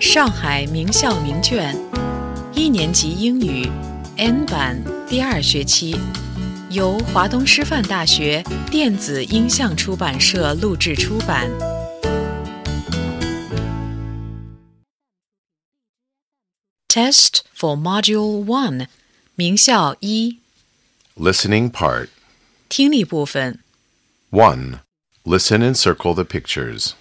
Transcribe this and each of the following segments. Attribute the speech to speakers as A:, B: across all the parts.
A: 上海名校名卷一年级英语 N 版第二学期，由华东师范大学电子音像出版社录制出版。Test for Module One，名校一
B: Listening Part
A: 听力部分，
B: 1. Listen and circle the pictures.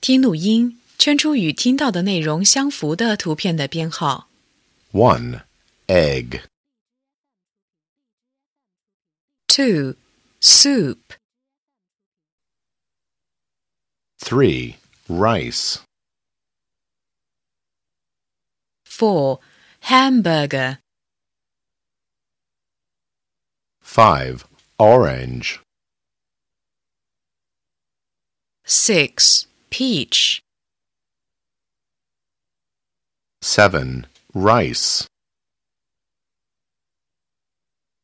A: 听录音，圈出与听到的内容相符的图片的编号。
B: 1. Egg.
A: Two soup，
B: 3. Rice.
A: Four hamburger,
B: 5. Orange.
A: six peach,
B: 7. Rice.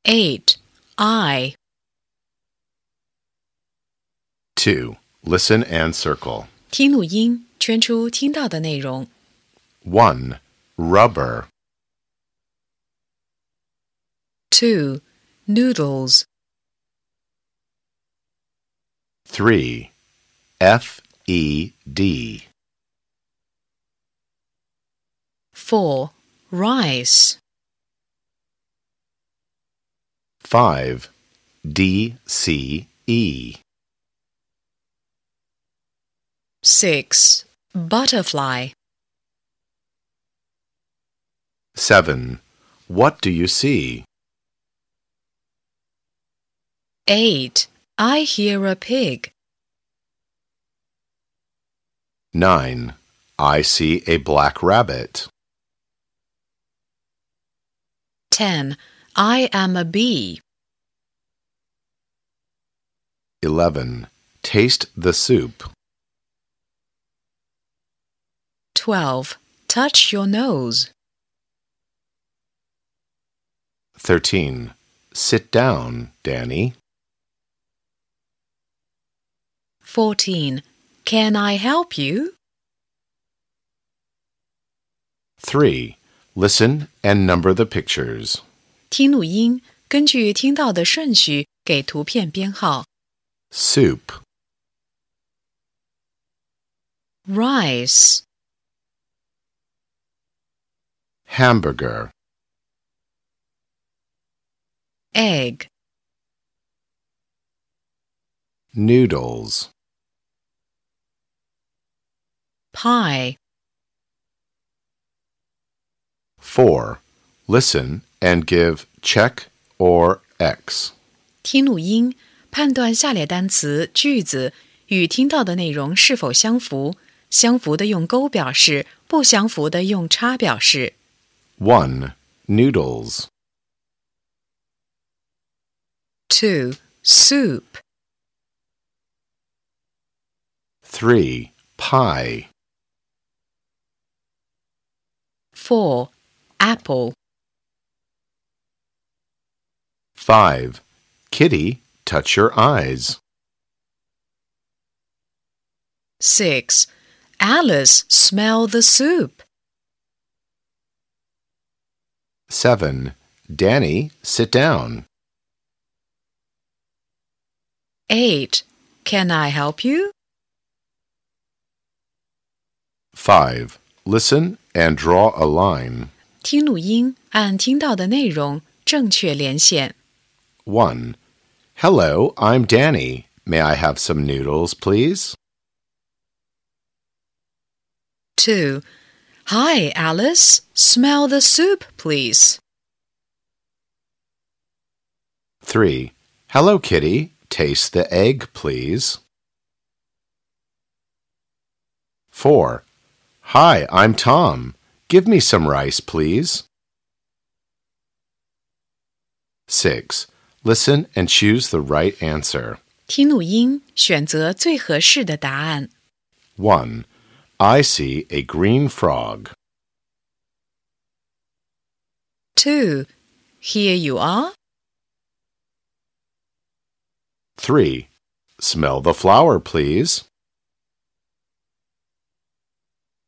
A: eight eye,
B: 2. Listen and circle.
A: 听录音，圈出听到的内容。
B: 1. Rubber.
A: Two noodles,
B: 3. F. E. D.
A: four rice,
B: 5. D. C. E.
A: six butterfly,
B: 7. What do you see?
A: eight I hear a pig,
B: 9. I see a black rabbit.
A: ten I am a bee,
B: 11. Taste the soup.
A: twelve touch your nose,
B: 13. Sit down, Danny.
A: fourteen can I help you?
B: 3. Listen and number the pictures.
A: 听录音，根据听到的顺序给图片编号。
B: Soup,
A: rice,
B: hamburger,
A: egg,
B: noodles,
A: pie,
B: 4. Listen and give check or X.
A: 听录音，判断下列单词、句子与听到的内容是否相符。相符的用勾表示，不相符的用叉表示。
B: 1. Noodles,
A: Two soup,
B: 3. Pie,
A: four apple,
B: 5. Kitty, touch your eyes,
A: six. Alice smell the soup,
B: 7. Danny, sit down,
A: eight. Can I help you?
B: 5. Listen and draw a line.
A: 听录音，按听到的内容正确连线。
B: 1. Hello, I'm Danny. May I have some noodles, please?
A: Two. Hi, Alice. Smell the soup, please.
B: 3. Hello, Kitty. Taste the egg, please. 4. Hi, I'm Tom. Give me some rice, please. 6. Listen and choose the right answer.
A: 听录音，选择最合适的答案。
B: 1. I see a green frog.
A: Two. Here you are.
B: 3. Smell the flower, please.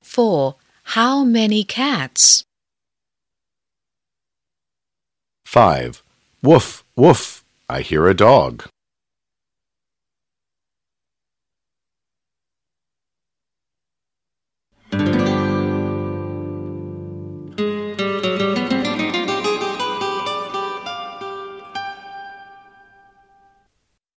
A: Four. How many cats?
B: 5. Woof, woof, I hear a dog.